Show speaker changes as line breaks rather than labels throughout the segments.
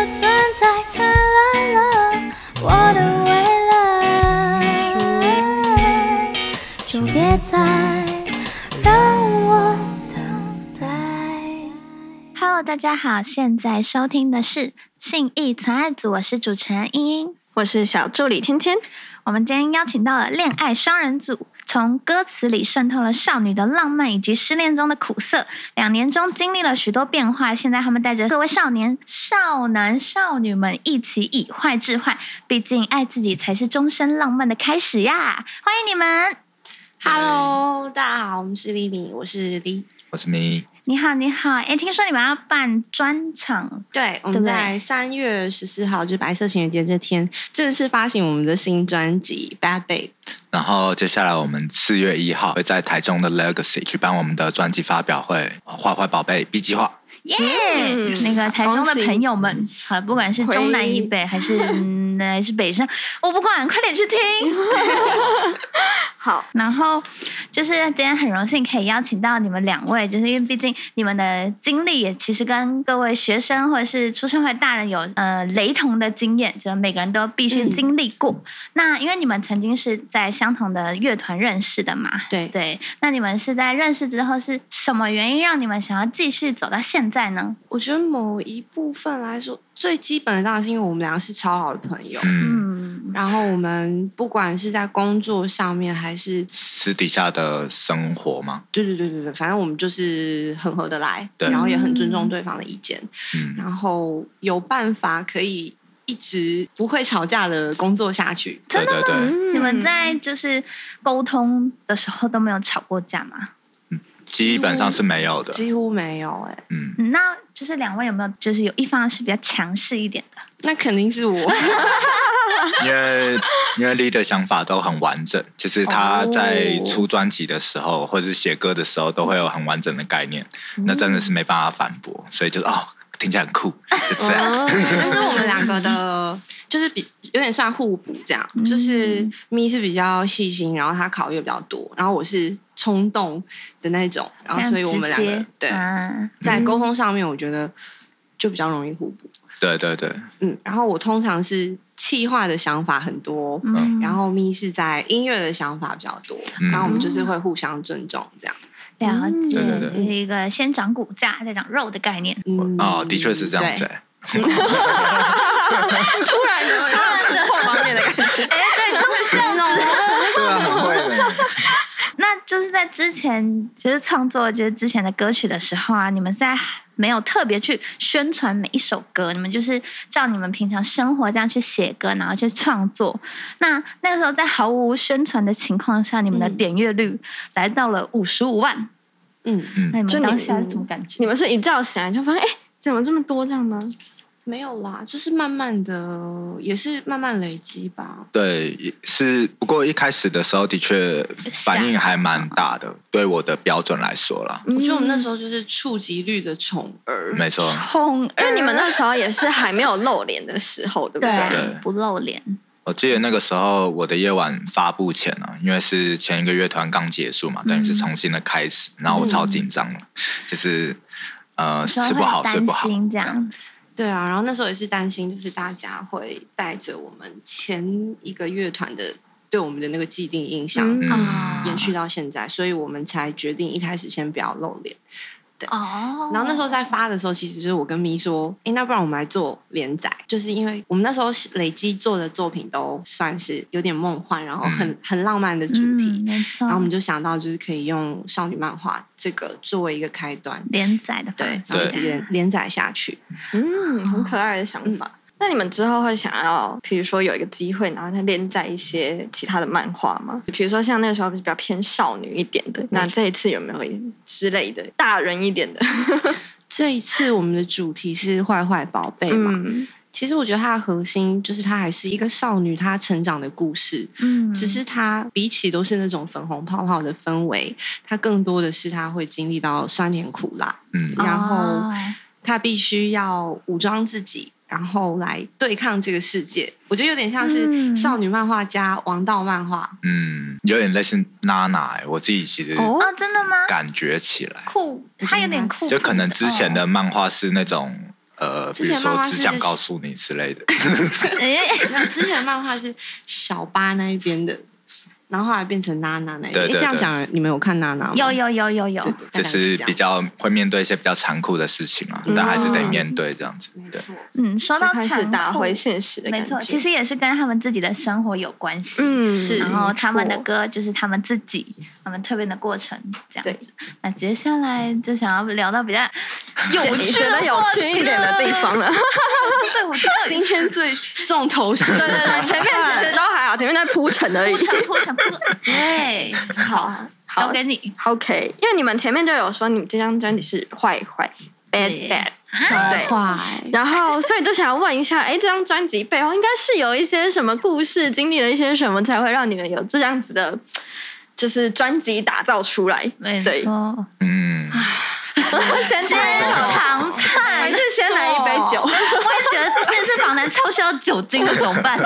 再灿烂了，我的未来，就别再让我等待。
Hello，大家好，现在收听的是信义存爱组，我是主持人英英。
我是小助理芊芊，
我们今天邀请到了恋爱双人组，从歌词里渗透了少女的浪漫以及失恋中的苦涩。两年中经历了许多变化，现在他们带着各位少年、少男、少女们一起以坏制坏。毕竟爱自己才是终身浪漫的开始呀！欢迎你们！
Hello，大家好，我们是丽米，我是丽。
我是咪，
你好，你好。哎，听说你们要办专场，
对，我
对不
们
对
在三月十四号，就是白色情人节这天，正式发行我们的新专辑《Bad Babe》。
然后接下来我们四月一号会在台中的 Legacy 举办我们的专辑发表会，呃《坏坏宝贝 B 计划
耶、
嗯
那个台中的朋友们
恭，
好，不管是中南以北还是嗯还是北上，我不管，快点去听。
好，
然后就是今天很荣幸可以邀请到你们两位，就是因为毕竟你们的经历也其实跟各位学生或者是出社会大人有呃雷同的经验，就是每个人都必须
嗯
经历过。那因为你们曾经是在相同的乐团认识的嘛，
对
对，那你们是在认识之后是什么原因让你们想要继续走到现在呢？
我觉得某一部分来说，最基本的当然是因为我们两个是超好的朋友》。，
嗯，
嗯，
然后我们不管是在工作上面，还是
私底下的生活嘛，
对对对对对，反正我们就是很合得来，
对
然后也很尊重对方的意见，
嗯，
然后有办法可以一直不会吵架的工作下去。
对对对，
你们在就是沟通的时候都没有吵过架吗？
基本上是没有的，
几乎没有哎、
嗯，
嗯那就是两位有没有就是有一方是比较强势一点的？
那肯定是 我。
因 为因为 Lee 的想法都很完整，就是他在出专辑的时候或者是写歌的时候都会有很完整的概念，那真的是没办法反驳，所以就是哦，听起来很酷，就这样，
但是我们两个的，就是比有点算互补这样，
嗯
就是咪是比较细心，然后他考虑比较多，然后我是冲动的那种，然后哦所以我们两
非常
个
直接
对
啊
在沟通上面，我觉得就比较容易互补。
对对对，
嗯，然后我通常是气化的想法很多，
嗯，
然后咪是在音乐的想法比较多，
嗯
然后我们就是会互相尊重这样。
了解，
对对对
是一个先长骨架再长肉的概念。
嗯，
哦，的确是这样
对
子、欸。
突然有一种突破方面的感觉，
哎，对，这么
真的哦
对啊，很会的。
那就是在之前就是创作就是之前的歌曲的时候啊，你们是在没有特别去宣传每一首歌，你们就是照你们平常生活这样去写歌，然后去创作。那那个时候在毫无宣传的情况下，你们的
嗯
点阅率来到了五十五万，
嗯，
那你
就
们
你
当下是什么感觉？
你们是一觉醒来就发现，哎、怎么这么多这样吗？
没有啦，就是慢慢的，也是慢慢累积吧。
对，也是不过一开始的时候的确反应还蛮大的，对我的标准来说啦，
我觉得我们那时
候，
候就是触及率的宠儿，
没错，
痛，
因为你们那时候也是还没有露脸的时候，对不对？
对
不露脸，
我记得那个时候我的夜晚发布前啊，因为是前一个乐团刚结束嘛，等于是重新的开始，然后我超紧张的，就是呃
稍微
吃不好睡
担
不好，
心这样。
对啊。然后那时候也是担心，就是大家会带着我们前一个乐团的对我们的那个既定印象、
嗯
啊
延续到现在，所以我们才决定一开始先不要露脸。
哦
然后那时候在发的时候，其实就是我跟咪说，哎，那不然我们来做连载，就是因为我们那时候累积做的作品都算是有点梦幻，然后很、很浪漫的主题，
嗯、没错，
然后我们就想到就是可以用少女漫画这个作为一个开端，
连载的
对
方，式
然后一直连连载下去。
嗯，很可爱的想法。那你们之后会想要，比如说有一个机会，然后再连载一些其他的漫画吗？比如说像那时候比较偏少女一点的，那这一次有没有之类的大人一点的？
这一次我们的主题是坏坏宝贝嘛，
嗯，
其实我觉得它的核心就是它还是一个少女她成长的故事，
嗯，
只是它比起都是那种粉红泡泡的氛围，它更多的是她会经历到酸甜苦辣，
嗯，
然
哦
后她必须要武装自己。然后来对抗这个世界，我觉得有点像是
嗯
少女漫画家、王道漫画，
嗯，有点类似娜娜、欸，我自己其实
哦
哦，真的吗？
感觉起来，
酷，
我觉得
它有点酷酷的，
就可能之前
哦
的漫画是那种呃，比
之
如
前妈
说
妈
只
是
想告诉你之类的。
没有之前漫画是小八那一边的，然后后来变成娜娜那一边。
对对
诶这样
对
讲，你们有看娜娜吗？
有有有有有
对，，对大概
就
是
是
这样
比较会面对一些比较残酷的事情啊，但还是得面对这样子。
没
对，
错。
嗯，说
就
到
开始
残
打
酷，
回现实的感
没
觉。
错，其实也是跟他们自己的生活有关系。
嗯
是
然后他们的
没错
歌就是他们自己他们蜕变的过程这
对
样子。那接下来就想要聊到比较 哦有趣
觉得有
话
趣一点的地
题了。
方了。
对，我觉得
今天最重头戏，对
对对对，前面其实都还好，前面在铺陈而已
铺。陈铺陈铺，对，
好，
交
好
给你。
，OK，因为你们前面就有说你们这张专辑是坏坏，bad
对
bad，对
超坏。
然后，所以就想要问一下，哎，这张专辑背后应该是有一些什么故事，经历了一些什么，才会让你们有这样子的，就是专辑打造出来？
没
对，
错，
嗯，
先
先 长叹，
还是先来一杯酒
我？也觉得这次访谈超需要酒精的，怎么办？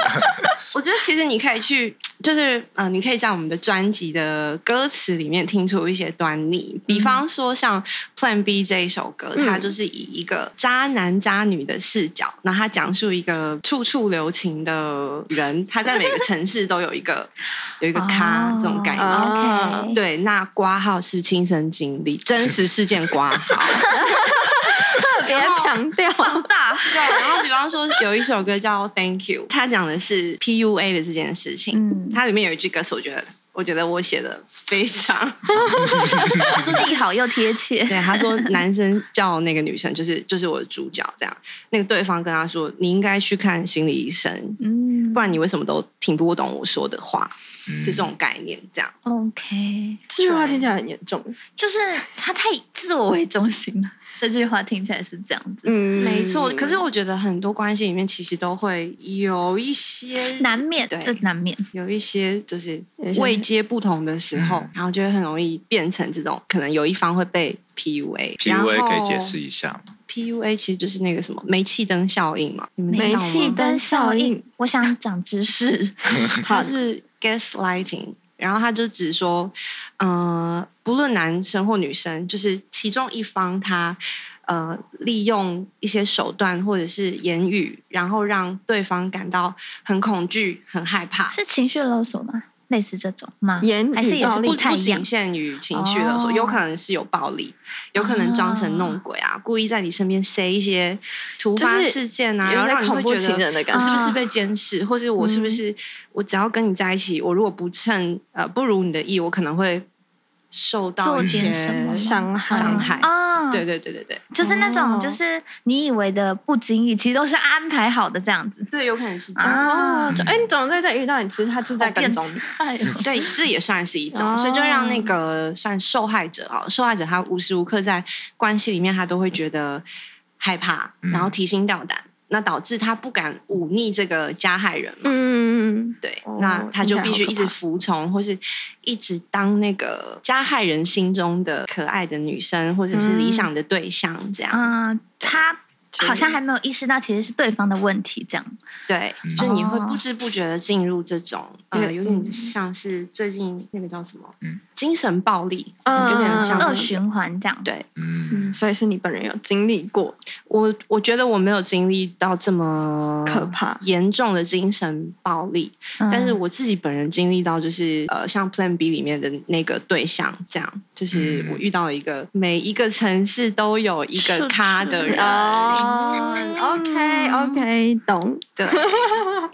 我觉得其实你可以去，就是嗯、呃你可以在我们的专辑的歌词里面听出一些端倪。比方说像《Plan B》这一首歌，
嗯
它就是以一个渣男渣女的视角，然后它讲述一个处处留情的人，他在每个城市都有一个有一个咖、
哦
这种概念。
哦
OK，
对，那挂号是亲身经历，真实事件挂号。
特 别强调，
大。对，然后比方说有一首歌叫《Thank You》，它讲的是 PUA 的这件事情。
嗯
它里面有一句歌词，我觉得我觉得我写的 非常
他说既好又贴切，
对。他说男生叫那个女生就是就是我的主角这样，那个对方跟他说你应该去看心理医生，
嗯
不然你为什么都听不懂我说的话？
嗯
就这种概念这样。
，OK，
这句话听起来很严重。
就是他太以自我为中心了。这句话听起来是这样子，
嗯
没错，可是我觉得很多关系里面其实都会有一些
难免，
对
这难免。
有一些就是
有一些
位阶不同的时候
嗯，
然后就会很容易变成这种，可能有一方会被 PUA。
PUA 可以解释一下吗？
，PUA 其实就是那个什么煤气灯效应嘛，你们知
煤
道吗
气灯效应，
我想长知 识。
它是 gaslighting。然后他就只说，呃，不论男生或女生，就是其中一方他呃利用一些手段或者是言语，然后让对方感到很恐惧、很害怕，
是情绪勒索吗？类似这种吗？
言语
还是也
暴
是
力
不
不
太
不
一样
仅？限于情绪勒索，
哦
有可能是有暴力，有可能装神弄鬼啊，故意在你身边塞一些突发事件啊，
有
然后让
点
你
恐
会
怖
觉
情
得。
人的感
我
觉
是。不是
啊
被监视，或是我是不是我只要跟你在一起，我如果不趁呃不如你的意，我可能会受到
做
一些
点什么
伤害
伤害。
啊，
对，对对对对
就是那
哦
种，就是你以为的不经意，其实都是安排好的这样子。
对，有可能是这样。
啊
哦，就哎，你怎么在这里遇到你？其实他就是在跟踪你。
哎 呦，
对，这也算是一种，
哦
所以就让那个算受害者啊，受害者他无时无刻在关系里面，他都会觉得害怕，
嗯
然后提心吊胆，那导致他不敢忤逆这个加害人嘛。
嗯，
对，
哦
那他就必须一
听起来好可怕
直服从，或是一直当那个加害人心中的可爱的女生，或者是
嗯
理想的对象，这
啊
样。
嗯，他
就是
好像还没有意识到，其实是对方的问题这样。
对，
嗯
就你会
哦
不知不觉的进入这种，呃，
嗯
有点像是最近那个叫什么，
嗯
精神暴力，
嗯
有点像
恶
是
循环这样。
对。
嗯
嗯，所以是你本人有经历过，
我我觉得我没有经历到这么
可怕
严重的精神暴力，
嗯
但是我自己本人经历到就是呃，像 Plan B 里面的那个对象这样，就是
嗯
我遇到了一个每一个城市都有一
是
个咖的人，
哦，OK OK，懂。
对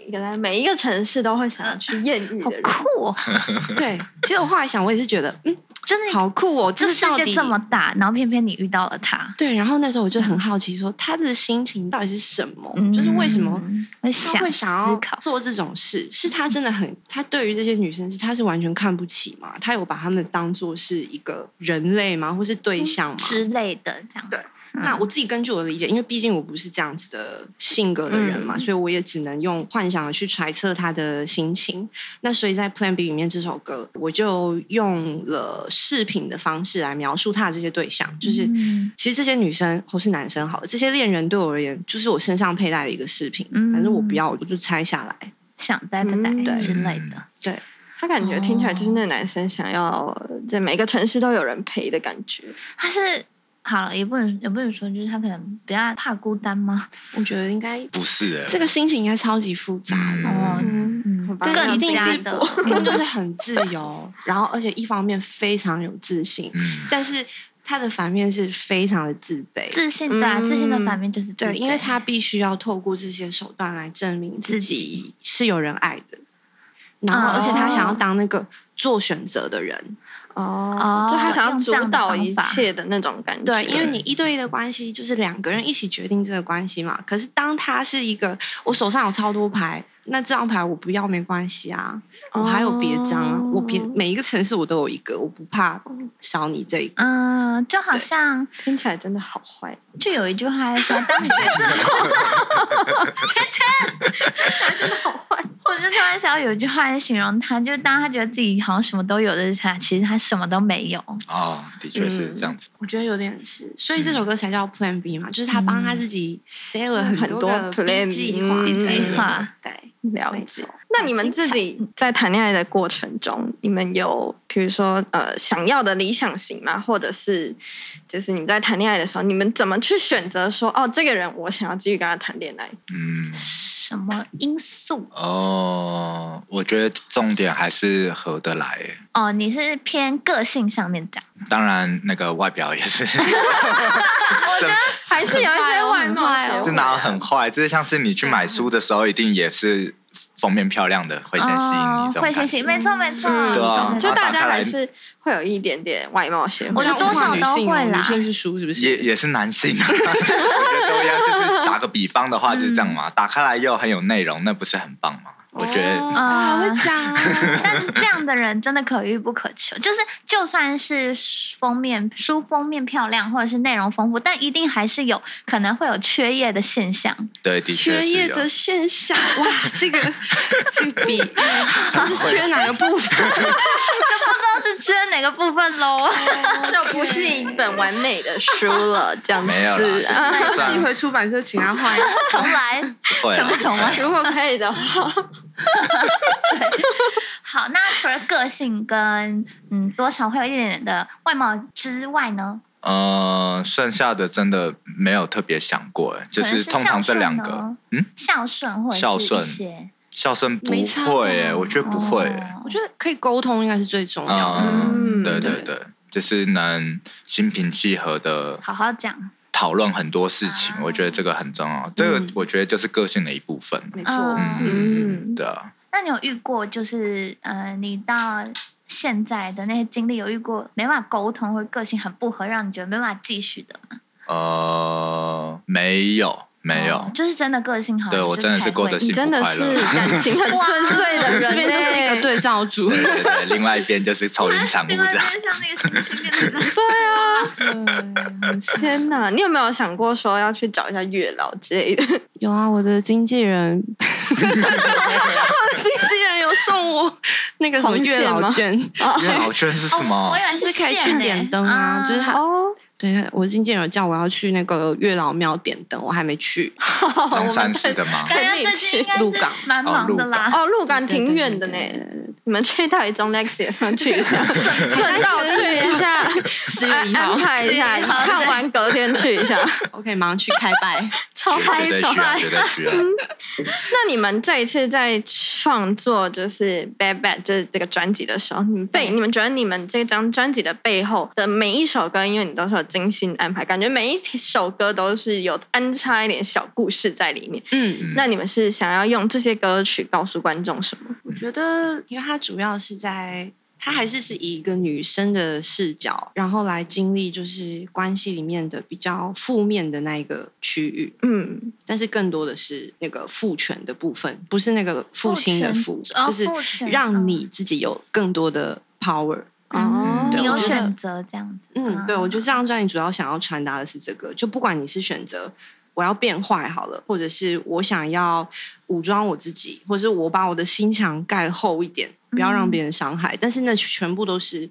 原来每一个城市都会想要去艳遇
好
的人，
酷哦！
对。其实我后来想，我也是觉得嗯，
真的，
好酷哦，
这
是
世
到
界
底
这么大，然后偏偏你遇到了他，
对。然后那时候我就很好奇说，他的心情到底是什么，
嗯
就是为什么？
会
他
想
会想
思
要
考？嗯
做这种事，是他真的很，他对于这些女生是他是完全看不起嘛？他有把他们当做是一个人类吗，或是对
嗯
象吗？
之类的，这样
对那
啊
我自己根据我的理解，因为毕竟我不是这样子的性格的人嘛，
嗯
所以我也只能用幻想去揣测他的心情。那所以在《Plan B》里面这首歌，我就用了视频的方式来描述他的这些对象，就是。
嗯
其实这些女生或是男生，好了，这些恋人对我而言，就是我身上佩戴的一个饰品。
嗯
反正我不要，我就拆下来。
想待着
嗯
待
对
之类的。
他感觉听起来就是那个男生想要在每个城市都有人陪的感觉，
他是好了，也不能也不能说，就是他可能比较怕孤单吗？
我觉得应该
不是哎、
这个心情应该超级复杂的。
哦
嗯，
嗯
好，吧
但
更
一定
家
是
的，
一定就是很自由，然后而且一方面非常有自信，
嗯，
但是他的反面是非常的自卑。
自信对啊，
嗯
自信的反面就是自卑
对，因为他必须要透过这些手段来证明自
自
己是有人爱的，然后而且他想要当那个做选择的人。
哦，就他想要主导一切的那种感觉。
对，因为你一对一的关系就是两个人一起决定这个关系嘛。可是当他是一个我手上有超多牌，那这张牌我不要没关系啊，我还有别张啊，
哦
我别每一个城市我都有一个，我不怕少你这一个。
嗯，就好像
听起来真的好坏。
就有一句话在说，当你觉 得芊芊，我就突然想到有一句话来形容他，就是当他觉得自己好像什么都有的时候，其实他什么都没有。
哦，的确是这样子。
我觉得有点是，所以这首歌才叫 Plan B 嘛，就是他帮他自己塞了
很
嗯多
多
个
Plan B，
计划，
嗯
计划
对。
了
没
解
错。
那你们自
嗯
己在谈恋爱的过程中，你们有比如说呃想要的理想型吗？或者是就是你们在谈恋爱的时候，你们怎么去选择说哦这个人我想要继续跟他谈恋爱？
嗯，
什么因素？
哦，我觉得重点还是合得来耶。
哦，你是偏个性上面讲，
当然，那个外表也是，
还是有一些外貌
很坏哦
协
这
会
哪有很啊坏？这像是你去买书的时候，一定也是封面漂亮的会先吸引你
哦
这，种
会
感
先
觉。
吸引，没错没错，
嗯
对啊
懂
就
懂
大
打开
家
来
还是会有一点点外貌协
我
会
觉。得多少都会啦
女性是输是不是？
也也是男性、啊，我觉得都一样。就是打个比方的话，就是这样嘛。打开来又很有内容，那不是很棒吗？我觉得，
啊，会 讲啊，
但这样的人真的可遇不可求，就是就算是封面书封面漂亮或者是内容丰富，但一定还是有可能会有缺页的现象。
对，的确
缺
是
页
有
的现象，哇，这个这个 比喻它是缺哪个部分？
不知道是缺哪个部分喽？
就不是一本完美的书了，这样子。
没有啦
啊
就算
寄回出版社，请他换。
重来，
会
全
啦
部重来。
如果可以的话，
好，那除了个性跟嗯多少会有一点点的外貌之外呢？
呃，剩下的真的没有特别想过，哎就
可能是
通常这两
孝顺
个
呢，
嗯，
孝顺或
孝
者是一
顺
些，
孝顺不
没差吧
会，哎我觉得不会，哎
哦
我觉得可以沟通应该是最重要的。
嗯，
嗯
对对对，就是能心平气和的
好好讲。
讨论很多事情，
啊
我觉得这个很重要。这个我觉得就是个性的一部分。
没
嗯，
嗯
对啊，
那你有遇过就是呃，你到现在的那些经历，有遇过没办法沟通或者个性很不合，让你觉得没办法继续的吗？
呃，没有，没
哦
有，
就是真的个性好，
对
你就
我真的是
才
过
会
得
你
幸福
真的
快
是
乐。
感情很顺遂的人
这
呢，
边就是一个对照组
对。对对，另外一边就是愁云 惨雾
另外
这
就
样。
是像那个星星恋 人
对，很惨
天哪，你有没有想过说要去找一下月老之类的？
有啊，我的经纪人，我的经纪人有送我那个什么
红线
月老
吗
券，
月老圈是什
哦
么
我以？为
就是可以
线
去
欸
点灯啊，就是他。
哦，
对，我经纪人有叫我要去那个月老庙点灯，我还没去。
中山市的 吗？
感觉最近应该
鹿港
是蛮忙的啦。
哦，鹿港挺远的呢
对对对。
你们去台中 next 也算去一下，顺道去一下，
四月
安
一号
安排 一下，
对对对
唱完隔天去一下，
，OK，马上去开拜。
超嗨
绝对
超
需要，
嗨
绝。对需
嗯
要。
那你们这一次在创作就是《Bad Bad》这这个专辑的时候，你们背
对
你们觉得你们这张专辑的背后的每一首歌，因为你都是有精心安排，感觉每一首歌都是有安插一点小故事在里面。
嗯，
嗯
那你们是想要用这些歌曲告诉观众什么？
我觉得，因为它主要是在，它还是是以一个女生的视角，然后来经历就是关系里面的比较负面的那一个区域，
嗯，
但是更多的是那个父权的部分，不是那个父亲的父，
哦
就是
父权
让你自己有更多的 power。
哦
嗯，
对
你有
我觉得
选择这样子。
嗯，对，我觉得这张专辑主要想要传达的是这个，就不管你是选择我要变坏好了，或者是我想要武装我自己，或者嗯是我把我的心墙盖厚一点，不要让别人伤害，但是那全部都是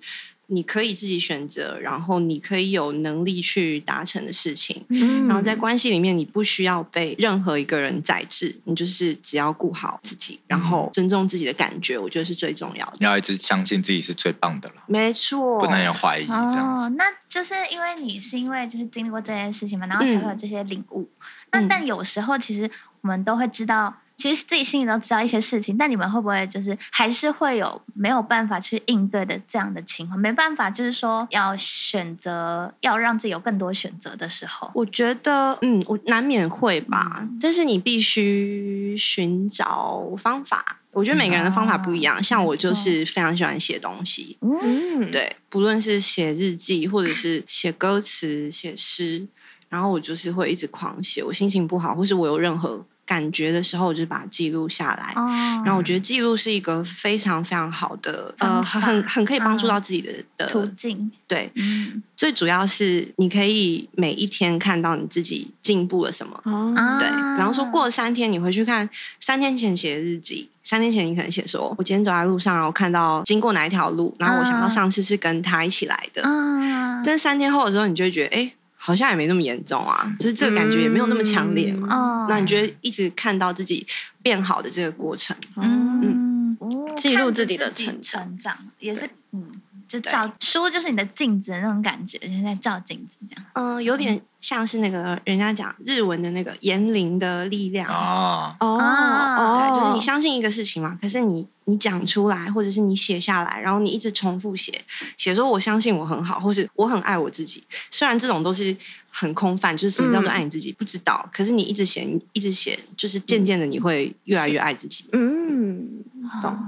你可以自己选择，然后你可以有能力去达成的事情。
嗯
然后在关系里面，你不需要被任何一个人宰制，你就是只要顾好自己，然后尊重自己的感觉，我觉得是最重要的。
要一直相信自己是最棒的了，
没错，
不能有怀疑这样
哦
子。，
那就是因为你是因为就是经历过这件事情嘛，然后才会有这些领悟。那
嗯
但有时候其实我们都会知道，其实自己心里都知道一些事情，但你们会不会就是还是会有没有办法去应对的这样的情况？没办法，就是说要选择，要让自己有更多选择的时候。
我觉得，嗯，我难免会吧，
嗯
但是你必须寻找方法。我觉得每个人的方法不一样，像我就是非常喜欢写东西，
嗯，
嗯，
对，不论是写日记或者是写歌词、写诗，然后我就是会一直狂写。我心情不好，或是我有任何感觉的时候，我就把它记录下来。
哦，
然后我觉得记录是一个非常非常好的，
方
呃，
法
很很可以帮助
嗯
到自己的、
途
的
径，
对，
嗯
最主要是你可以每一天看到你自己进步了什么。
啊，
啊，
对，比方说过了三天，你回去看三天前写的日记，三天前你可能写说，我今天走在路上，然后看到经过哪一条路，然后我想到上次是跟他一起来的。
啊，
但三天后的时候，你就会觉得，哎，好像也没那么严重啊，就是这个感觉也没有那么强烈嘛。
哦，
那你就会一直看到自己变好的这个过程。
嗯，哦
记
看
录
着
自
自
己的
成
成长
长，也是嗯，就照书就是你的镜子那种感觉，就是在照镜子这样。
嗯、有点像是那个人家讲日文的那个言灵的力量。
哦，
哦
啊
哦，
对，就是你相信一个事情嘛，可是你你讲出来，或者是你写下来，然后你一直重复写，写说我相信我很好，或是我很爱我自己。虽然这种都是很空泛，就是什么叫做爱你自己、不知道，可是你一直写，你一直写，就是渐渐的你会越来越爱自己。
嗯，
哦
懂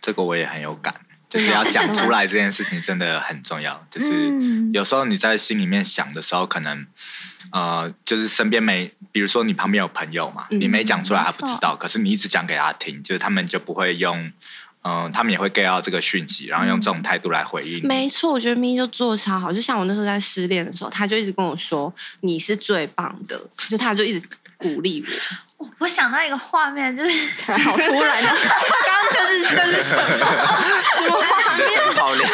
这个我也很有感，就是要讲 出来这件事情真的很重要。就是
啊嗯，
有时候你在心里面想的时候，可能呃，就是身边没，比如说你旁边有朋友嘛，
嗯
你没讲出来他
没错
不知道，可是你一直讲给他听，就是他们就不会用。嗯、他们也会 get 到这个讯息，然后用这种态度来回应你。
没错，我觉得咪咪就做得超好。就像我那时候在失恋的时候，他就一直跟我说你是最棒的，就他就一直鼓励我。
我我想到一个画面， 就是
好突然 啊！刚刚就是就是 什么？
很漂亮，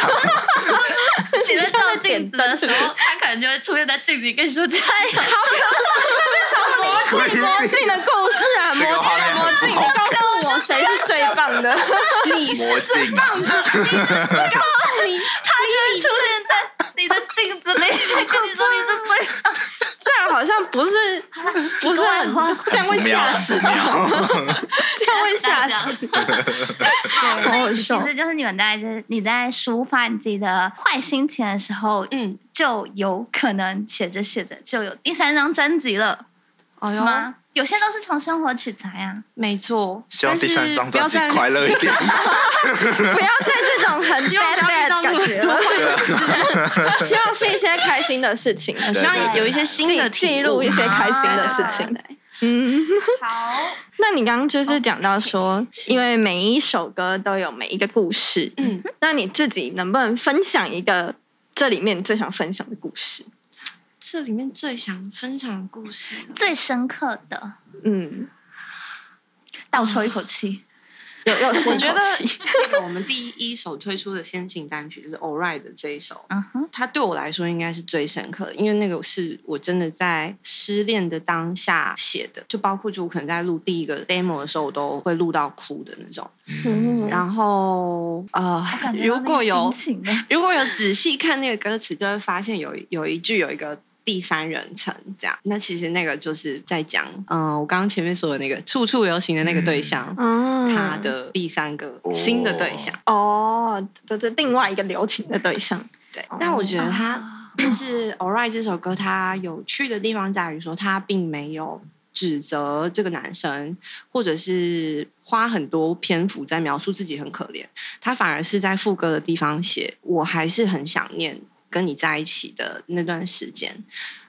你在照镜子的时候，他可能就会出现在镜子里跟 你说加油。
我已经
镜的故事啊，魔
这个画
镜
面
啊，魔
很不
镜，
好
告诉我谁是最棒的？
你是
魔镜啊，
你
他就会出现在你的镜子里， 跟你说你是最
这样好像不是不是很这样会
不妙，
吓
很
死，
不妙。
这样会吓
吓死
死， 好好
其
笑。
实就是你们在就是你在抒发你自己的坏心情的时候，
嗯，
就有可能写着写着就有第三张专辑了
哎
啊
呦，
吗？有些都是从生活取材啊，
没错，
希望第三张专
但是
辑
不要再
快乐一点。
不要再这种很 bad
不要遇
bad
到
的 感觉了， 希望是一些开心的事情，
希望
对
有一些 新的
记
体
记录一些开心的事
啊
情
对。
嗯，
好，
那你刚刚就是讲到
哦
说，因为每一首歌都有每一个故事，
嗯，
那你自己能不能分享一个这里面你最想分享的故事？
这里面最想分享的故事，
最深刻的
嗯，
倒抽一口气，
有有吸
我
一口
觉得
气，
那个我们第一首推出的先行单曲就是《All Right》的这一首，
嗯哼，
它对我来说应该是最深刻的，因为那个是我真的在失恋的当下写的，就包括就我可能在录第一个 demo 的时候，我都会录到哭的那种。
嗯
嗯，
然后呃
我感，觉到
如
那个
果有
心情的，
如果有仔细看那个歌词，就会发现有一有一句有一个第三人称这样。那其实那个就是在讲，嗯、我刚刚前面说的那个处处流行的那个对象，
嗯，
他的第三个
哦
新的对象。
哦，就是另外一个留情的对象，
对，但我觉得他
啊
就是《Alright》这首歌，它有趣的地方在于说，他并没有。指责这个男生，或者是花很多篇幅在描述自己很可怜，他反而是在副歌的地方写：“我还是很想念跟你在一起的那段时间，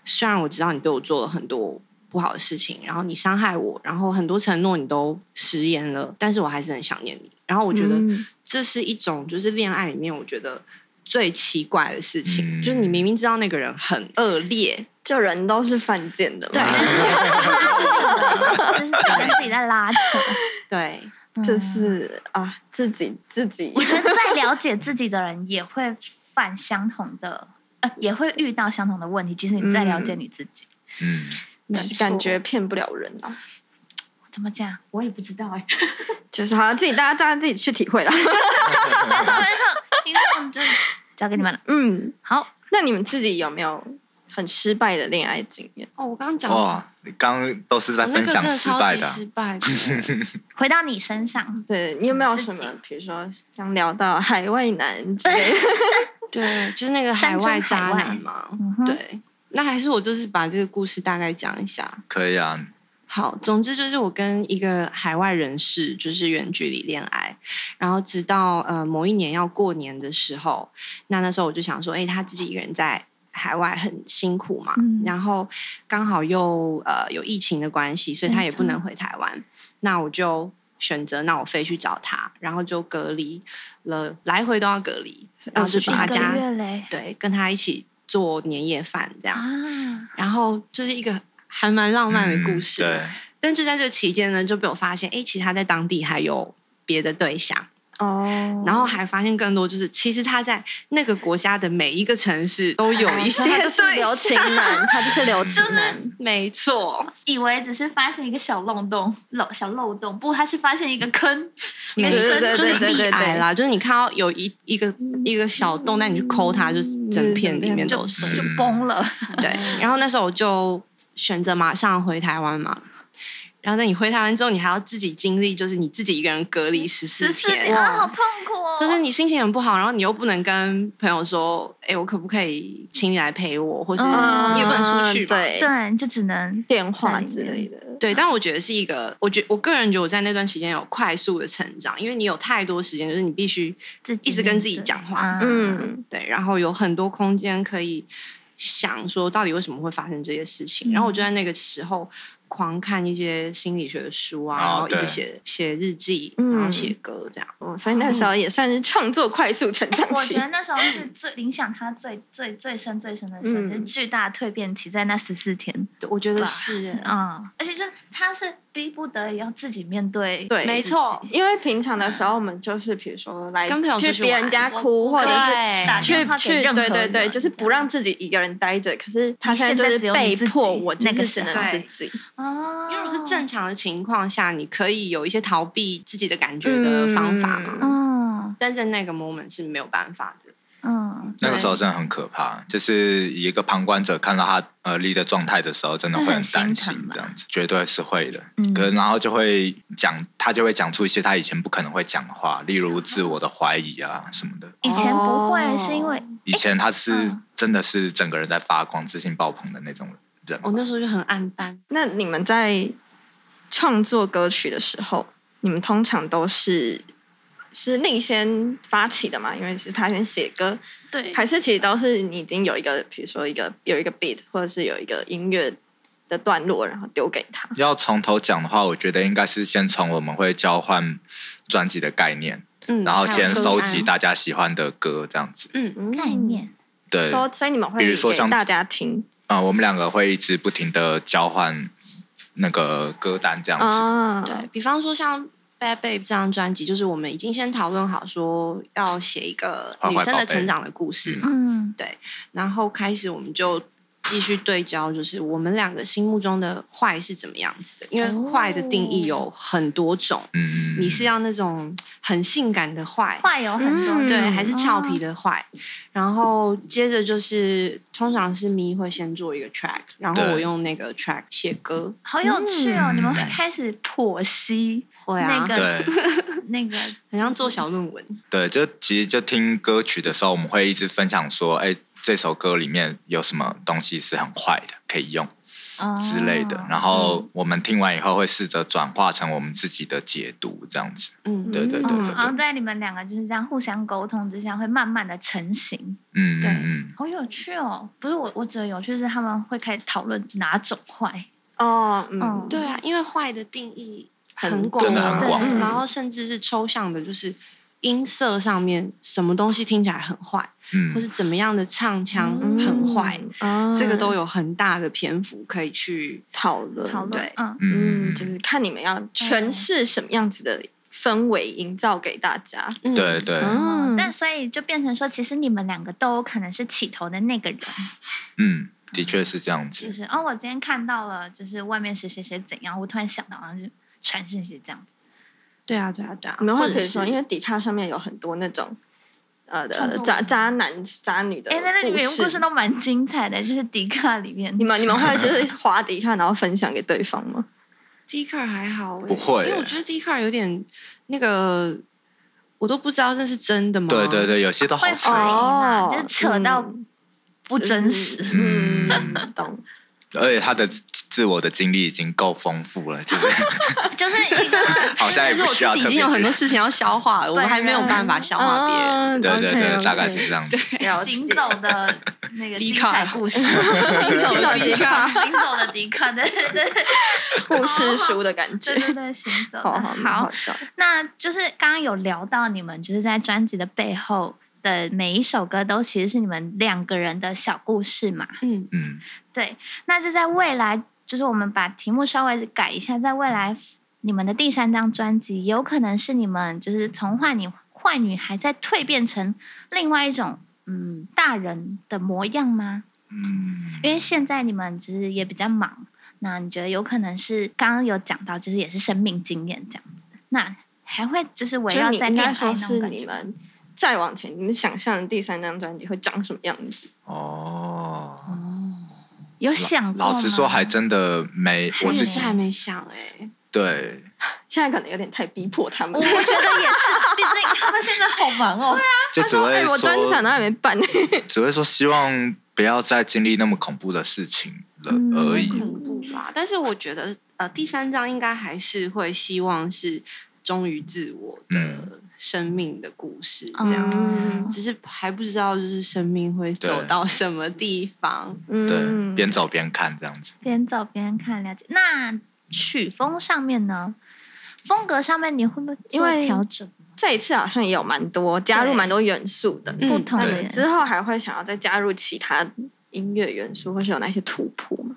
虽然我知道你对我做了很多不好的事情，然后你伤害我，然后很多承诺你都食言了，但是我还是很想念你。”然后我
我
觉得这是一种就是恋爱里面我觉得最奇怪的事情，
嗯
就是你明明知道那个人很恶劣，
就人都是犯贱的嘛，
对但是
就是自己跟自己在 拉扯，
对
嗯
就是啊，自己自己
我觉得再了解自己的人也会犯相同的，呃，也会遇到相同的问题。即使你再了解你自己，
嗯，
没
就是感
错
觉骗不了人啊。
怎么讲我也不知道哎、
就是好了，自己大家大家自己去体 会啦。
那总而言之，听众就交给你们了。
嗯，
好，
那你们自己有没有很失败的恋爱经验？
哦，我刚刚讲
哇，你刚刚都是在分享失败的啊，
失败的，
回到你身上，
对你有没有
自
什
己
么，比如说想聊到海外男之类的？
对，就是那个海外渣男嘛。
嗯哼，
对，那还是我就是把这个故事大概讲一下。
可以啊，
好，总之就是我跟一个海外人士就是远距离恋爱，然后直到呃某一年要过年的时候，那那时候我就想说，哎、他自己一个人在海外很辛苦嘛，
嗯
然后刚好又呃有疫情的关系，所以他也不能回台湾，那我就选择那我飞去找他，然后就隔离了，来回都要隔离，然后就去
一
他
个
家，
月嘞
对，跟他一起做年夜饭这样，
啊，
然后就是一个还蛮浪漫的故事，
嗯对。
但就在这期间呢，就被我发现，哎，其实他在当地还有别的对象，
哦
然后还发现更多，就是其实他在那个国家的每一个城市都有一些
他
对
就是
象
留情男，他就是 留情男。
没错，
以为只是发现一个小漏洞，漏小漏洞，不，他是发现一个坑，一个
对
深
对
就
坑
是
对对
壁癌啦，就是你看到有一一个一个小洞，但你去抠它，就整片里面都是。
就崩了。
对，然后那时候我就选择马上回台湾嘛。然后，那你回台湾之后，你还要自己经历，就是你自己一个人隔离十四
十四
天，
点啊，好痛苦哦！
就是你心情很不好，然后你又不能跟朋友说，哎、我可不可以请你来陪我，或是
嗯
你也不能出去嘛。
对，
对，你就只能
电话之类的。
对，但我觉得是一个，我觉我个人觉得我在那段时间有快速的成长，因为你有太多时间，就是你必须
自己
一直跟自己讲话
面对，
嗯，
对，然后有很多空间可以想说到底为什么会发生这些事情。
嗯
然后我就在那个时候狂看一些心理学的书啊，
哦
然后一直
对
写写日记，
嗯
然后写歌这样。
哦，所以那时候也算是创作快速成长
我
期
觉。得那时候是最影响他最最最深最深的事，
嗯
就是巨大的蜕变期，在那十四天
对我觉得
吧
是 欸，
啊，而且就是他是逼不得已要自己面对，
对
没错，
因为平常的时候，我们家比如说来
跟朋友出去
去别人家
玩
哭，
我
或者是
对
打
去
电话给
去，
任何
对
人
对对，就是不让自己一个人待着。可是他现在
你现在
就
只
是
有你
被
自己
迫，我就
那个
是
时
只
候
能自己。
哦，
因为我是正常的情况下，你可以有一些逃避自己的感觉的方法嘛，
嗯
嗯
但在那个 moment 是没有办法的。
嗯，
那个时候真的很可怕，就是以一个旁观者看到他呃力的状态的时候，真的会很
会很
担
心疼
心
吧
这样子，绝对是会的。
嗯
可能然后就会讲，他就会讲出一些他以前不可能会讲的话，例如自我的怀疑啊什么的。
以前不会，
哦
是因为
以前他是
嗯
真的是整个人在发光、自信爆棚的那种人。
我那时候就很暗淡，
那你们在创作歌曲的时候，你们通常都是是另先发起的嘛？因为是他先写歌，
对
还是其实都是你已经有一个，比如说一个有一个 beat，或者是有一个音乐的段落，然后丢给他。
要从头讲的话，我觉得应该是先从我们会交换专辑的概念，
嗯，
然后
还有
先
歌
收
单
集，大家喜欢的歌这样子。
嗯，
概念，
对，
说，所以你们会
比如说
给
像
大家听
啊、我们两个会一直不停的交换那个歌单这样子。
啊，
对比方说像。Bad Babe 这张专辑，就是我们已经先讨论好说要写一个
坏坏
女生的
宝贝
成长的故事嘛，
嗯
然后开始我们就继续对焦，就是我们两个心目中的坏是怎么样子的，因为坏的定义有很多种，
嗯，
你是要那种很性感的坏，
坏有很多
嗯
对，还是俏皮的坏。然后接着就是，通常是咪会先做一个 track，然后
对
我用那个 track 写歌，
好有趣哦！
嗯
你们会开始剖析
会
那
啊，
个
对
那 个
很像做小论文。
对，就其实就听歌曲的时候，我们会一直分享说，哎，这首歌里面有什么东西是很坏的，可以用之类的。
哦
然后我们听完以后，会试着转化成我们自己的解读，这样子。
嗯，
对对对对
嗯然后
对，
在你们两个就是这样互相沟通之下，会慢慢的成型，
嗯嗯
对
嗯，
好有趣哦！不是我，我觉得有趣是他们会开始讨论哪种坏，
哦，
嗯
嗯，
对啊，因为坏的定义很
很
广，
真的很
广
对
嗯
然后甚至是抽象的，就是音色上面什么东西听起来很坏，
嗯，
或是怎么样的唱腔
嗯
很坏，，
嗯
啊
这个都有很大的篇幅可以去
讨论
讨论
对，
嗯，
嗯
嗯，就是看你们要诠释什么样子的氛围营造给大家。
嗯
对对，
嗯，
但所以就变成说，其实你们两个都有可能是起头的那个人，
嗯，的确是这样
就
子。
是哦，我今天看到了，就是外面谁谁谁怎样，我突然想到好像是传讯息这样子，
对啊，对啊，对啊，
没有
或
话
者
可以
是
说，因为底卡上面有很多那种呃
创
的
作
渣
文
渣男渣女的
哎、那那里面
故
故事都蛮精彩的，就是迪卡里面
你。们你们 会就是滑底卡然后分享给对方吗？
d 克 c a r 还好欸、
不会
因为我觉得 d 克 c a r 有点那个，我都不知道那是真的吗？
对对对，有些都好
会
吃
怀，疑嘛，
哦
就是扯到
嗯
不真实。
就是嗯，懂。
而且他的自自我的经历已经够丰富了，就是
就是一个
好像
但
也
是
不
我
需
自
要
己已
特
经
别
有很多
去。
事情要消化了，我
本
们还
人
没有办法消化别人。
嗯
对对
OK，OK
对，大概是这样子。
了解
行走的那个精
Dcard
彩故 事，
行
行
走的 Dcard
行走的迪卡，对对对对
故事书的感觉
对。对对，行走
好
的
好蛮好笑的。
那就是刚刚有聊到你们就是在专辑的背后的每一首歌都其实是你们两个人的小故事嘛？
嗯，
嗯，
对，那就在未来，就是我们把题目稍微改一下，在未来你们的第三张专辑有可能是你们就是从坏女坏女孩再蜕变成另外一种嗯大人的模样吗？嗯，因为现在你们就是也比较忙，那你觉得有可能是刚刚有讲到，就是也是生命经验这样子，那还会就是围
就
绕
你
在
应
恋
该
爱
说
那
是
种感
你
觉。
们再往前，你们想象的第三张专辑会长什么样子？
哦，
有想过
老实说，
吗
还真的没我
没
自
有
己
是还没想哎、
对
现在可能有点太逼迫他们
我我
了。
觉得也是，毕竟他们现在好忙 哦。
就只会
哎我专场都
说，
还没 办，
只会说希望不要再经历那么恐怖的事情了
嗯
而
欸，
已。
恐怖啦。但是我觉得呃，第三章应该还是会希望是忠于自我
嗯
的生命的故事
啊
这样。
嗯
只是还不知道，就是生命会走
对
到什么地方。
对，
嗯，
边走边看这样子。
边走边看了解。那曲风上面呢？风格上面你会不会做
因为
调整？
这一次好像也有蛮多加入蛮多元素的，
嗯
不同
那
的
你
人
之后还会想要再加入其他音乐元素，或是有哪些突破吗？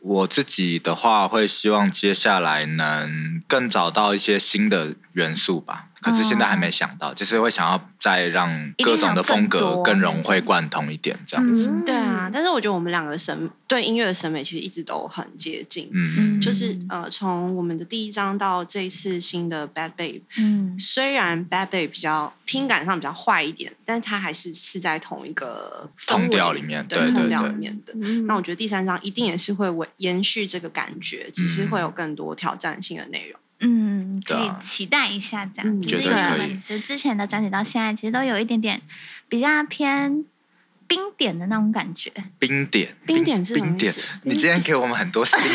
我自己的话，会希望接下来能更找到一些新的元素吧。可是现在还没想到，就是会想要再让各种的风
一定要
格
更多
更融会贯通一点，这样子。
嗯
对啊，，但是我觉得我们两个的审对音乐的审美其实一直都很接近。
嗯，
就是
嗯
呃，从我们的第一张到这一次新的 Bad Babe，
嗯
虽然 Bad Babe 比较听感上比较坏一点，但它还是是在同一个氛围
同调里面
对
对
同
对
调
对
里面的。
嗯
那我觉得第三章一定也是会维延续这个感觉，只是会有更多挑战性的内容。
嗯，可
对
以
啊
期待一下这样。
嗯
就是
绝
因
对
为
可
我
以
们就之前的专辑到现在，其实都有一点点比较偏冰点的那种感觉。
冰点，
冰点是什么
冰
意思
点。你今天给我们很多新的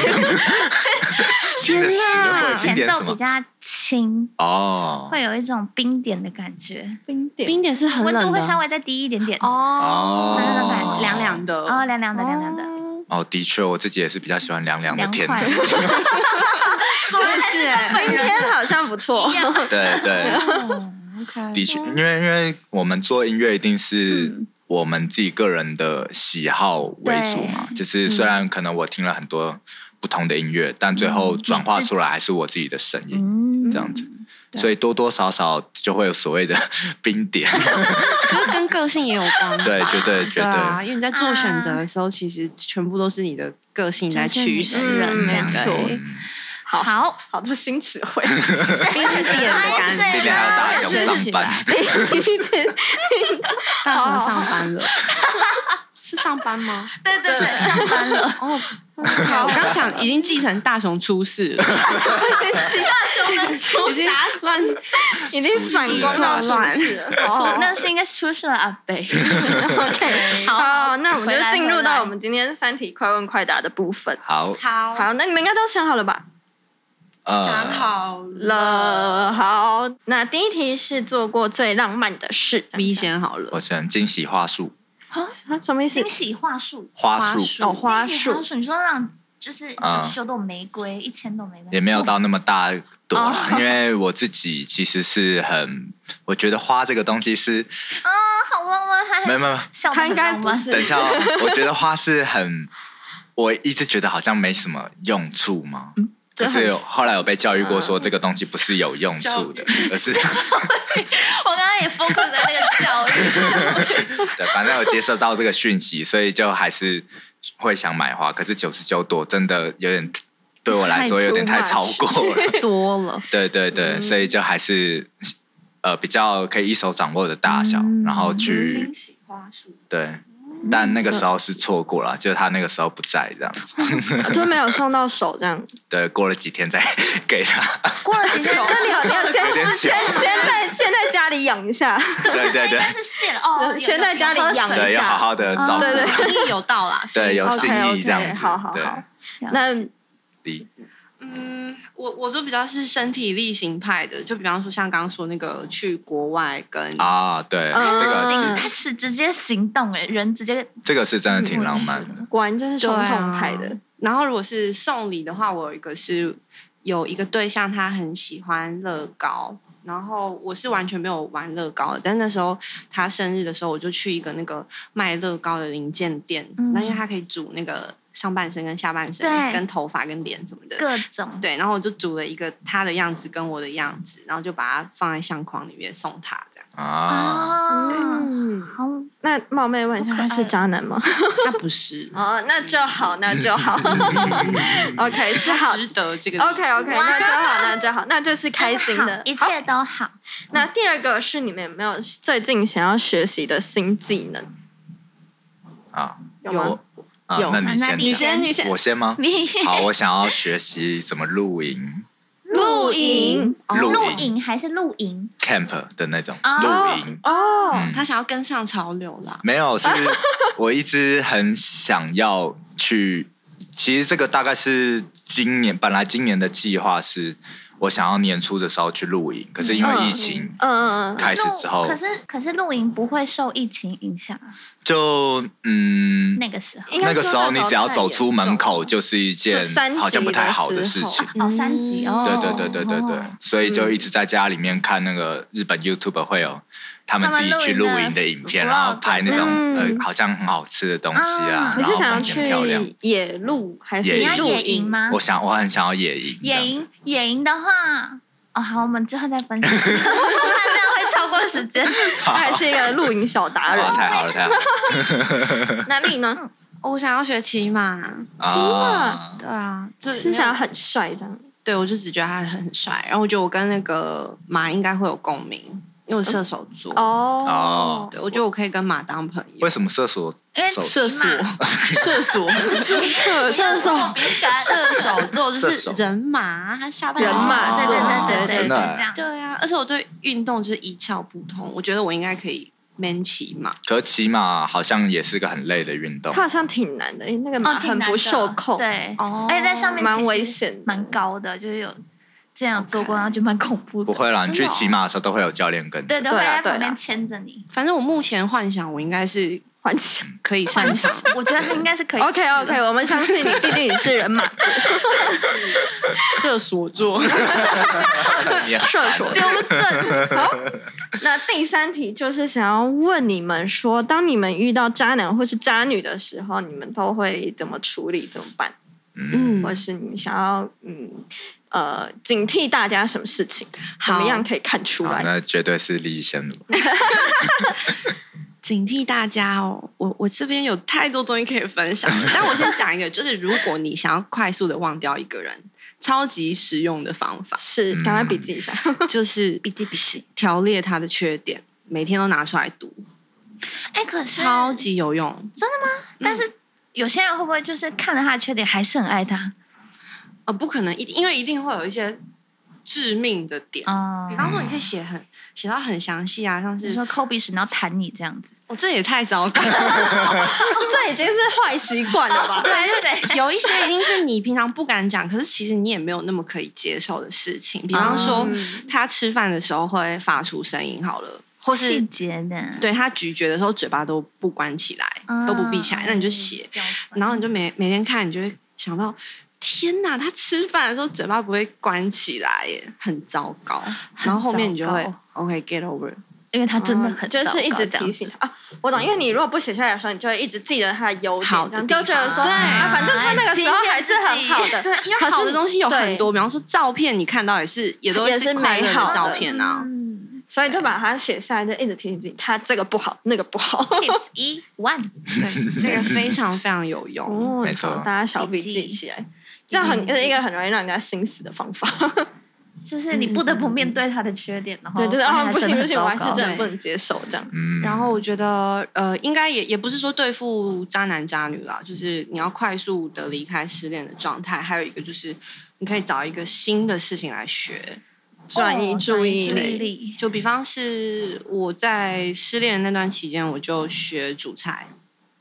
新的词汇，冰
前
点是
奏
什
比
么？
较轻，
哦，
会有一种冰点的感觉，
冰点，
冰点是很
温
冷的
度会稍微再低一点点。
哦
那种感觉
凉凉的
哦，凉凉的，凉凉的。
的，
哦，的确，我自己也是比较喜欢凉凉的
凉
天
快
气。
我也是 哎，
今天好像不错，
对对，
嗯
的确，因为因为我们做音乐一定是我们自己个人的喜好为主嘛，就是虽然可能我听了很多不同的音乐，但最后转化出来还是我自己的声音。
嗯，
这样子，所以多多少少就会有所谓的 冰点，
觉得跟个性也有关吧。
对，绝对绝
对啊，
对，
因为你在做选择的时候，其实全部都是你的个性在
就
驱
是
使
你的人
人，
嗯
这
没
样
错，
好好，
好多新词 汇，
冰点 的感觉，
冰点还要大
大
熊
学
上班，
大熊上班 了，是上班吗？
哦对对对，上班了。
哦， 好，我刚想已经继承大熊出世了， 已经乱
已经闪光到乱了。哦
那是应该是出事了啊阿贝。
OK，
好
好，那我们
回
就
来
进入
回来
到我们今天三题快问快答的部分。
好，
好
好，那你们应该都想好了吧？
想
呃，
好了，
了，好，那第一题是做过最浪漫的事，
咪先好了
我，选惊喜话术，
啊，什么意思
惊？喜话术，
花
花
束
束
哦，花
惊喜话
束，
术，你说让就是九
啊
十九朵玫瑰，一千朵玫瑰，
也没有到那么大朵啦，
哦
因为我自己其实是很，我觉得花这个东西是，
啊，好浪漫，还
没有没有，没有
笑得
他
很
应该
浪
不
漫
是
等一下哦，我觉得花是很，我一直觉得好像没什么用处嘛，可
嗯这
是
很啊
有后来有被教育过，说这个东西不是有用处的，而是
我刚刚也 focus 在那个教 育，
对，反正有接受到这个讯息，所以就还是会想买花。可是九十九朵真的有点，对我来说有点太超过 了。
多了，
对对对，
嗯
所以就还是呃比较可以一手掌握的大小，
嗯
然后去
喜花束，
对。
嗯
但那个时候是错过了，就是他那个时候不在这样子。
啊就没有送到手这样。
对，过了几天再给他。
过了几天，
那你有你有先
有点久
先先在先在家里养一下，
对对
应
对
该是谢了哦。有
先呃在家里
有喝
养
水
对，要好好的照顾
哦对对，
心意有到啦，
对，有
心
心
意
意这样
OK，OK，
子
好好。
对，
好
那
那
离
嗯，我我就比较是身体力行派的，就比方说像刚刚说那个去国外跟
啊，对，
嗯
这
行，
个
他是直接行动哎，人直接
这个是真的挺浪漫的。
果然就是传统派
对
的
啊。然后如果是送礼的话，我有一个是有一个对象，他很喜欢乐高，然后我是完全没有玩乐高的，但那时候他生日的时候，我就去一个那个卖乐高的零件店，
嗯
那、因为他可以组那个上半身跟下半身
对，
跟头发跟脸什么的，
各种
对，然后我就组了一个他的样子跟我的样子，然后就把它放在相框里面送他，这样
啊，
啊，
嗯，
好
那冒昧问一下，
好可爱
他是渣男吗？
他不是，
哦，那就好，那就好。OK，是 好
他。值得这个礼物
OK OK，
哇
那就好，那就好，那这是开心
真好
的。
一
好
切都好。
那第二个是你们有没有最近想要学习的新技能？
啊，
有
我
吗？
啊
有，
那
啊
你
那
先
你
讲
先
你先
我先吗？
你
好，我想要学习怎么露营
露
营
哦
露
露营还是露营？
camp 的那种
哦
露营。
啊哦，
嗯
他想要跟上潮流啦。
没有， 是我一直很想要去。其实这个大概是今年，本来今年的计划是我想要年初的时候去露营，可是因为疫情
嗯嗯嗯嗯，
开始之后
露可，是可是露营不会受疫情影响啊，
就嗯，
那个时候
应
那
该
个
说
时候你只要
那时
走
候
出门口，就是一件
就三级
好像不太好的事
的时
情
候。嗯
哦，三级
嗯
哦，
对对对对对对
哦，
所以就一直在家里面看那个日本 YouTube 会有他们自己去露营的影片，
他们露营的
然后拍那种
vlog
呃好像很好吃的东西啊
嗯，
然后
你嗯是想要
风景
去
漂亮。
野路还是
野
你
营
要
露
野营？吗？
我想我很想要野营，
野营野营的话，哦好，我们之后再分 享，怕 这样会超过时间。
他还是一个露营小达
这 样子，哇，。
人
太好了太好了
哦哪里呢？
哦我想要学骑马，
啊！
对啊，就是
想要很帅这样。
对我就只觉得他很帅，然后我觉得我跟那个马应该会有共鸣，因为我射手座，
嗯哦
哦
对我觉得我可以跟马当朋友
为。什么射手
因为
手
射手， 射手，
射手
敏感，
射手座就
射
是
手
人马，他下半
人马
对
座
对对对对，
真的
这样。
对啊，而且我对运动就是一窍不通，我觉得我应该可以 man 骑马，
可骑马好像也是个很累的运动
他，好像挺难的，因为那个
哦
马，
挺
啊很
难
不
的
受控，
对，
哦
而且在上面
蛮
其实
危险的
蛮高的，就是有这样做过，然后就蛮恐怖
不
的。
会啦，你
真的
去
哦
骑马的时候都会有教练跟着
对，都会
对啦
在旁
对啦
边牵着 你。
反正我目前幻想我应该是
幻想。
可以擅长。
我觉得他应该是可以。
OK OK，我们相信你，毕竟你是人马座，
射手座，
你啊 很
射
烦
手纠正。好，那第三题就是想要问你们说，当你们遇到渣男或是渣女的时候，你们都会怎么处理？怎么办？
嗯，
嗯
或，是你们想要嗯呃警惕大家什么事情？怎么
好
样可以看出
好，
来？
啊那绝对是立先鲁。
警惕大家哦，我我这边有太多东西可以分享 了，但我先讲一个，就是如果你想要快速的忘掉一个人，超级实用的方 法
是，赶快笔记一下。
就是笔记笔记条列他的缺点，每天都拿出来读，
哎，可是
超级有用。
但是有些人会不会就是看了他的缺点，还是很爱他？
呃，不可能一定，因为一定会有一些致命的点。
哦
比，方
嗯
说，你可以写很写到很详细啊，像
你
是
说抠鼻屎，然后弹你这样子，
我、这也太糟糕了，
这 已经是坏习惯了吧？
对对
有一些一定是你平常不敢讲，可是其实你也没有那么可以接受的事情。比方说，
嗯
他吃饭的时候会发出声音，好了，或
对，细
是
节的，
对他咀嚼的时候嘴巴都不关起来，
啊
都不闭起来，那你就写，
啊这样子
然后你就
嗯
每每天看，你就会想到。天呐，他吃饭的时候嘴巴不会关起来耶，很糟糕。然后后面你就会
糟
OK get over，
因为他真的很、
嗯就是一直提醒他啊。我懂，因为你如果不写下来的时候，你就会一直记得他的优点，
好的
这样
地
就觉得说，
方
啊，反正他那个时候还是很好的，
对，啊因为好的东西有很多，比方说照片，你看到也是也都
也是
是快乐
美好的
照片啊。
嗯
所以就把它写下来，就一直提醒自己，他这个不好，那个不好。
，tips 一 one，
对，这个非常非常有用。
哦
没错
好大家小笔记起来，这样很是一个很容易让人家心死的方法。
就是你不得不面对他的缺点，然后
对，就是啊，不行不行，我还是
这
真的不能接受这样。
嗯，
然后我觉得，呃，应该也也不是说对付渣男渣女啦，就是你要快速的离开失恋的状态。还有一个就是，你可以找一个新的事情来学。
哦转移注意力，
力，
就比方是我在失恋那段期间，我就学煮菜，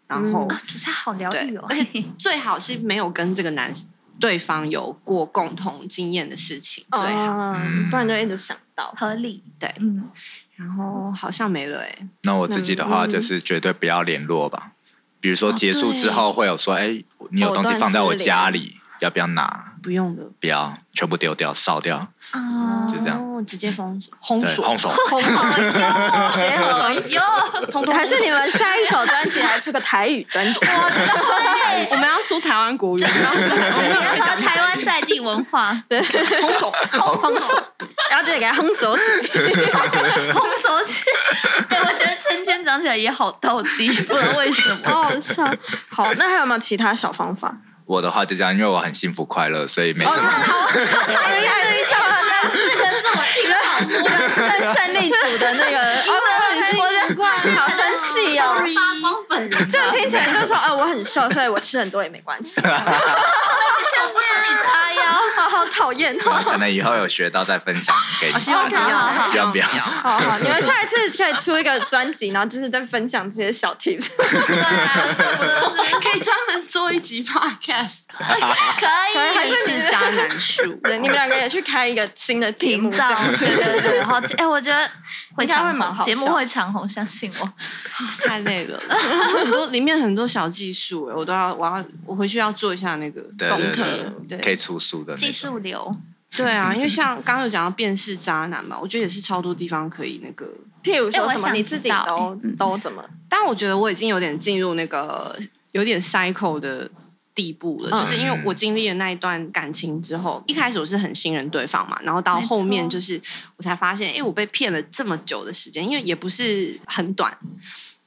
然后
嗯
啊，主菜好疗愈哦，
对最好是没有跟这个男对方有过共同经验的事情最好。
嗯不然就一直想到。
合理，
对
嗯，
然后好像没了哎、欸，
那我自己的话
嗯
就是绝对不要联络吧。比如说结束之后会有说，哎、你有
藕
东西
断
放在我
丝连
家里，要不要拿？
不用了，
不要，全部丢掉，烧掉，
啊，
就这样
哦，直接封锁、封
对，
锁、
空手。
封锁，
结合
哟，
通通
还是你们下一首专辑来出个台语专辑？
啊我们要出台湾国语，然后
我们要讲台湾在地文 化，
封锁，封锁。
然后直接给他轰手起来。
空手是， 对我觉得芊芊讲起来也好到底，不知道为什 么。
好好哦笑。好，那还有没有其他小方法？
我的话就这样，因为我很幸福快乐，所以没什么。
哎呀，这一首
这个是我听到
胜胜利组的那个，哦，你是好生气哦。
发光本人，
这样听起来就说，呃，我很瘦，所以我吃很多也没关系。
全不准你叉腰。
好好讨厌哦。
可能以后有学到再分享给你。
哦希望不 要，
希望不要
好好，你们下一次可以出一个专辑，然后就是在分享这些小 tips。
对啊，
可以专门做一集 podcast，
可以。
但是渣男 术，
对，你们两个也去开一个新的节目，
频
这
道
样，子
对对对，然后哎，我觉得会
应该会
长
蛮好
红，
笑
节目会长红，相信我。
太累了。 很多里面很多小技术，欸我都要，我要我回去要做一下那个
对
功课。
对对，可以
对
出书的那种
技术流，
对 啊，因为像刚刚有讲到辨识渣男嘛，我觉得也是超多地方可以那个。
譬如说什
哎我
么
想
你自
知
己
道
都
嗯
都怎么？
但我觉得我已经有点进入那个有点 cycle 的地步了，
嗯
就是因为我经历了那一段感情之后，一开始我是很信任对方嘛，然后到后面
没错
就是我才发现，哎、我被骗了这么久的时间，因为也不是很短。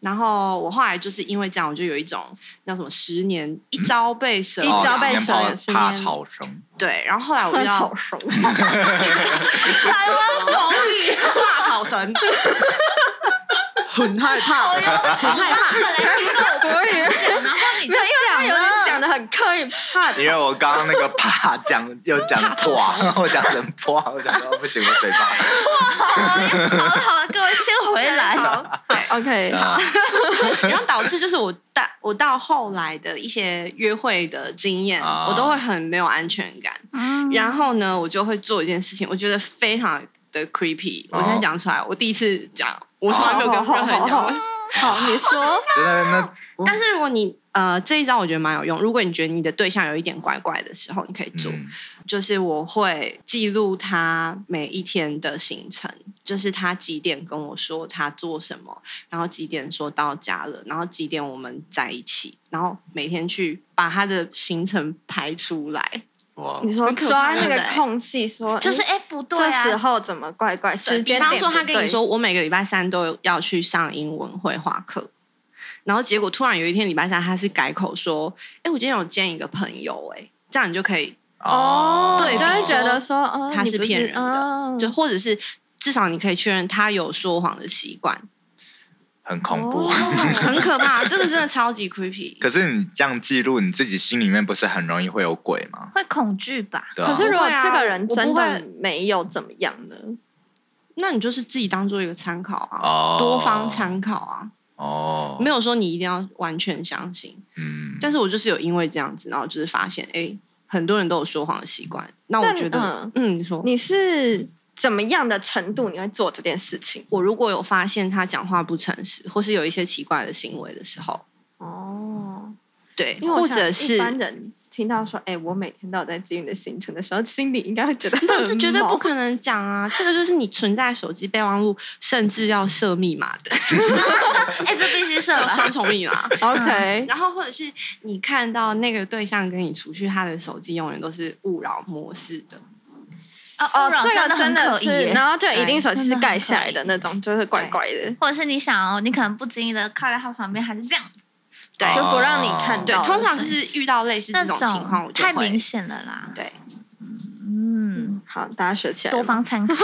然后我后来就是因为这样，我就有一种叫什么十年一朝被蛇
哦
哦
一朝被
十年怕
蛇
怕
十年
草绳，
对，然后后来我就 要
熟，
台湾国
怕草绳，很害怕，很害怕。
本来听到我
国语没有，
讲，然后你
因
就
为他
讲
有点
了，
讲
嗯
的很刻意，怕
因为我刚刚那个怕讲又讲破，我讲成破，啊我讲到不行，我嘴巴。
好好， 各位先回来。
嗯
OK，
啊
然后导致就是我到我到后来的一些约会的经验，
啊
我都会很没有安全感。
嗯
然后呢，我就会做一件事情，我觉得非常的 creepy。
哦
我现在讲出来，我第一次讲，我从来没有跟任何人
好好好
讲
好
过。
好，你说，
真的那
但是如果你呃这一招我觉得蛮有用，如果你觉得你的对象有一点怪怪的时候，你可以做。
嗯
就是我会记录他每一天的行程，就是他几点跟我说他做什么，然后几点说到家了，然后几点我们在一起，然后每天去把他的行程排出来。
我
你说
很可
抓
怕
那
对
个
不对
空隙，说
就是
哎
哎，不对
这
啊，
时候怎么怪怪时
比
间
方
点
说，
不
他跟你
对
说，我每个礼拜三都要去上英文绘画课，然后结果突然有一天礼拜三，他是改口说：“哎，我今天有见一个朋友。”哎，这样你就可以
哦，
对
你就会
比
觉得说，哦，
他
你
是
不
骗人的
哦
就或者是至少你可以确认他有说谎的习惯。
很恐怖。
很可怕，这个真的超级 creepy。
可是你这样记录，你自己心里面不是很容易会有鬼吗？
会恐惧 吧？
对啊
可是如果
不会啊
这个人真
我不会
的没有怎么样呢？
那你就是自己当做一个参考啊，
哦
多方参考啊，
哦，
没有说你一定要完全相信。
嗯，
但是我就是有因为这样子，然后就是发现，哎、很多人都有说谎的习惯。那我
但
觉得
嗯，
嗯，你说
你是怎么样的程度你会做这件事情？
我如果有发现他讲话不诚实，或是有一些奇怪的行为的时候，
哦，
对，
因为我
或
想
者
一
是
般人听到说，哎、我每天都有在记你的行程的时候，心里应该会觉得很
但这绝对
毛
不可能讲啊！这个就是你存在手机备忘录，甚至要设密码 的，
哎、这必须设
有
了。
双重密码。
OK，、
然后或者是你看到那个对象跟你出去，他的手机永远都是勿扰模式的。
哦
哦，
勿扰
这个
真
真
的很
的
可疑
是，
耶
然后就一定
对
手机
真的
是
很
盖下
可
来的
疑
那种，就是怪
对
怪的，
或者是你想哦，你可能不经意的靠在他旁边，还是这样，
对
就不让你看
对
哦
到，。
通常是遇到类似这
那
种情况，我就
太明
会
显了啦。
对
嗯，
好，大家学起来了
多
吗。
方参考。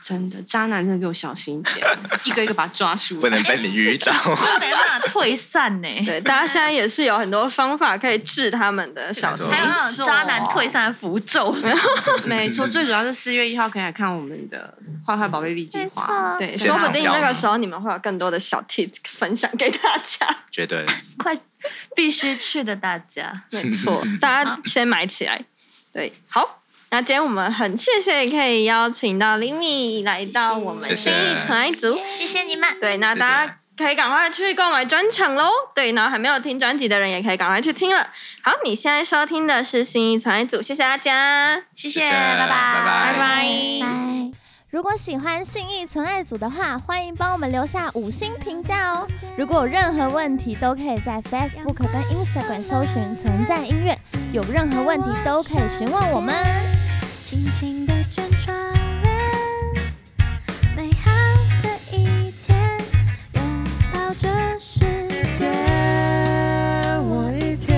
真的渣男，真的给我小心一点，一个一个把他抓出
不
来。
能被你遇到。
没办法退散 呢、
对，大家现在也是有很多方法可以治他们的小
没
心
错
还。有那种渣男退散的符咒，
没 错，最主要是四月一号可以来看我们的《坏坏宝贝 B 计划》。
对，
现
说不
场
定
教
那
吗
个时候你们会有更多的小 tips 分享给大家。
绝对，
快必须去的，大家。
没错，大家先买起来。对，好。那今天我们很谢谢可以邀请到 l i m i 来到我们
谢谢
新一纯爱组。
谢谢你们，
对，那
谢谢
大家可以赶快去购买专场喽。对，然后还没有听专辑的人也可以赶快去听了。好，你现在收听的是新一纯爱组，谢谢大家，
谢
谢谢拜拜
拜拜
拜。
如果喜欢信义存爱组的话，欢迎帮我们留下五星评价哦。如果有任何问题，都可以在 Facebook 跟 Instagram 搜寻“存在音乐”，有任何问题都可以询问我们。
轻轻地卷窗帘，美好的一天，拥抱这世界。
我一天，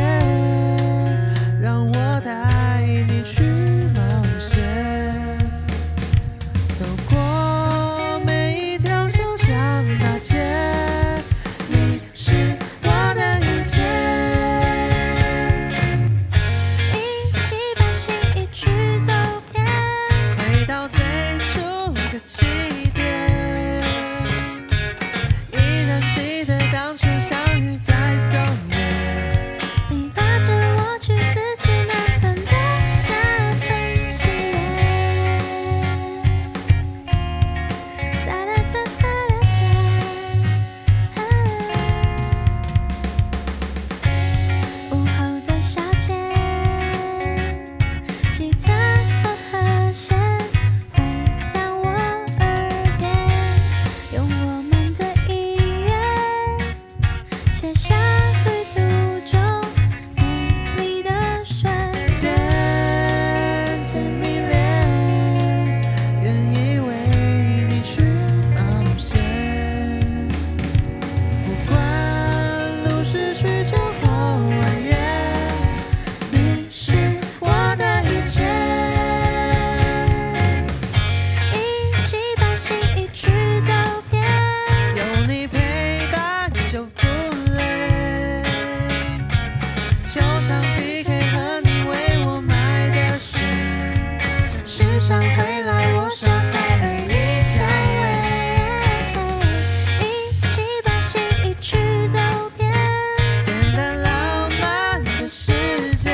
让我带你去冒险，走过每一条小巷大街，你是我的一切。
一起把心意去走遍，
回到最初的起点，依然记得当初相遇在松烟。
你拉着我去丝丝难存的那份喜悦。哒哒哒哒哒哒啊午后的消遣，吉他和和弦回荡我耳边，用我们的音乐。写下旅途中美丽的瞬间，
渐渐迷恋，愿意为你去冒险。不管路是曲折或蜿蜒，
你是
我的一切。
一起把心意去走遍，
有你陪伴就不累，就像 PK 和你为我买的水，
时常回来我手菜而你在喂，一起把心意去走遍，
简单浪漫的世界。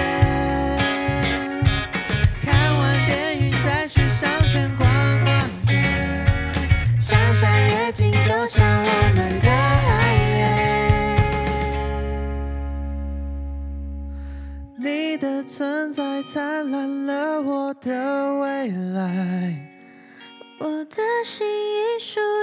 看完电影再去商圈逛逛街，
想山夜景就像我们的爱恋。
你的存在灿烂了我的未来。
我的心已属于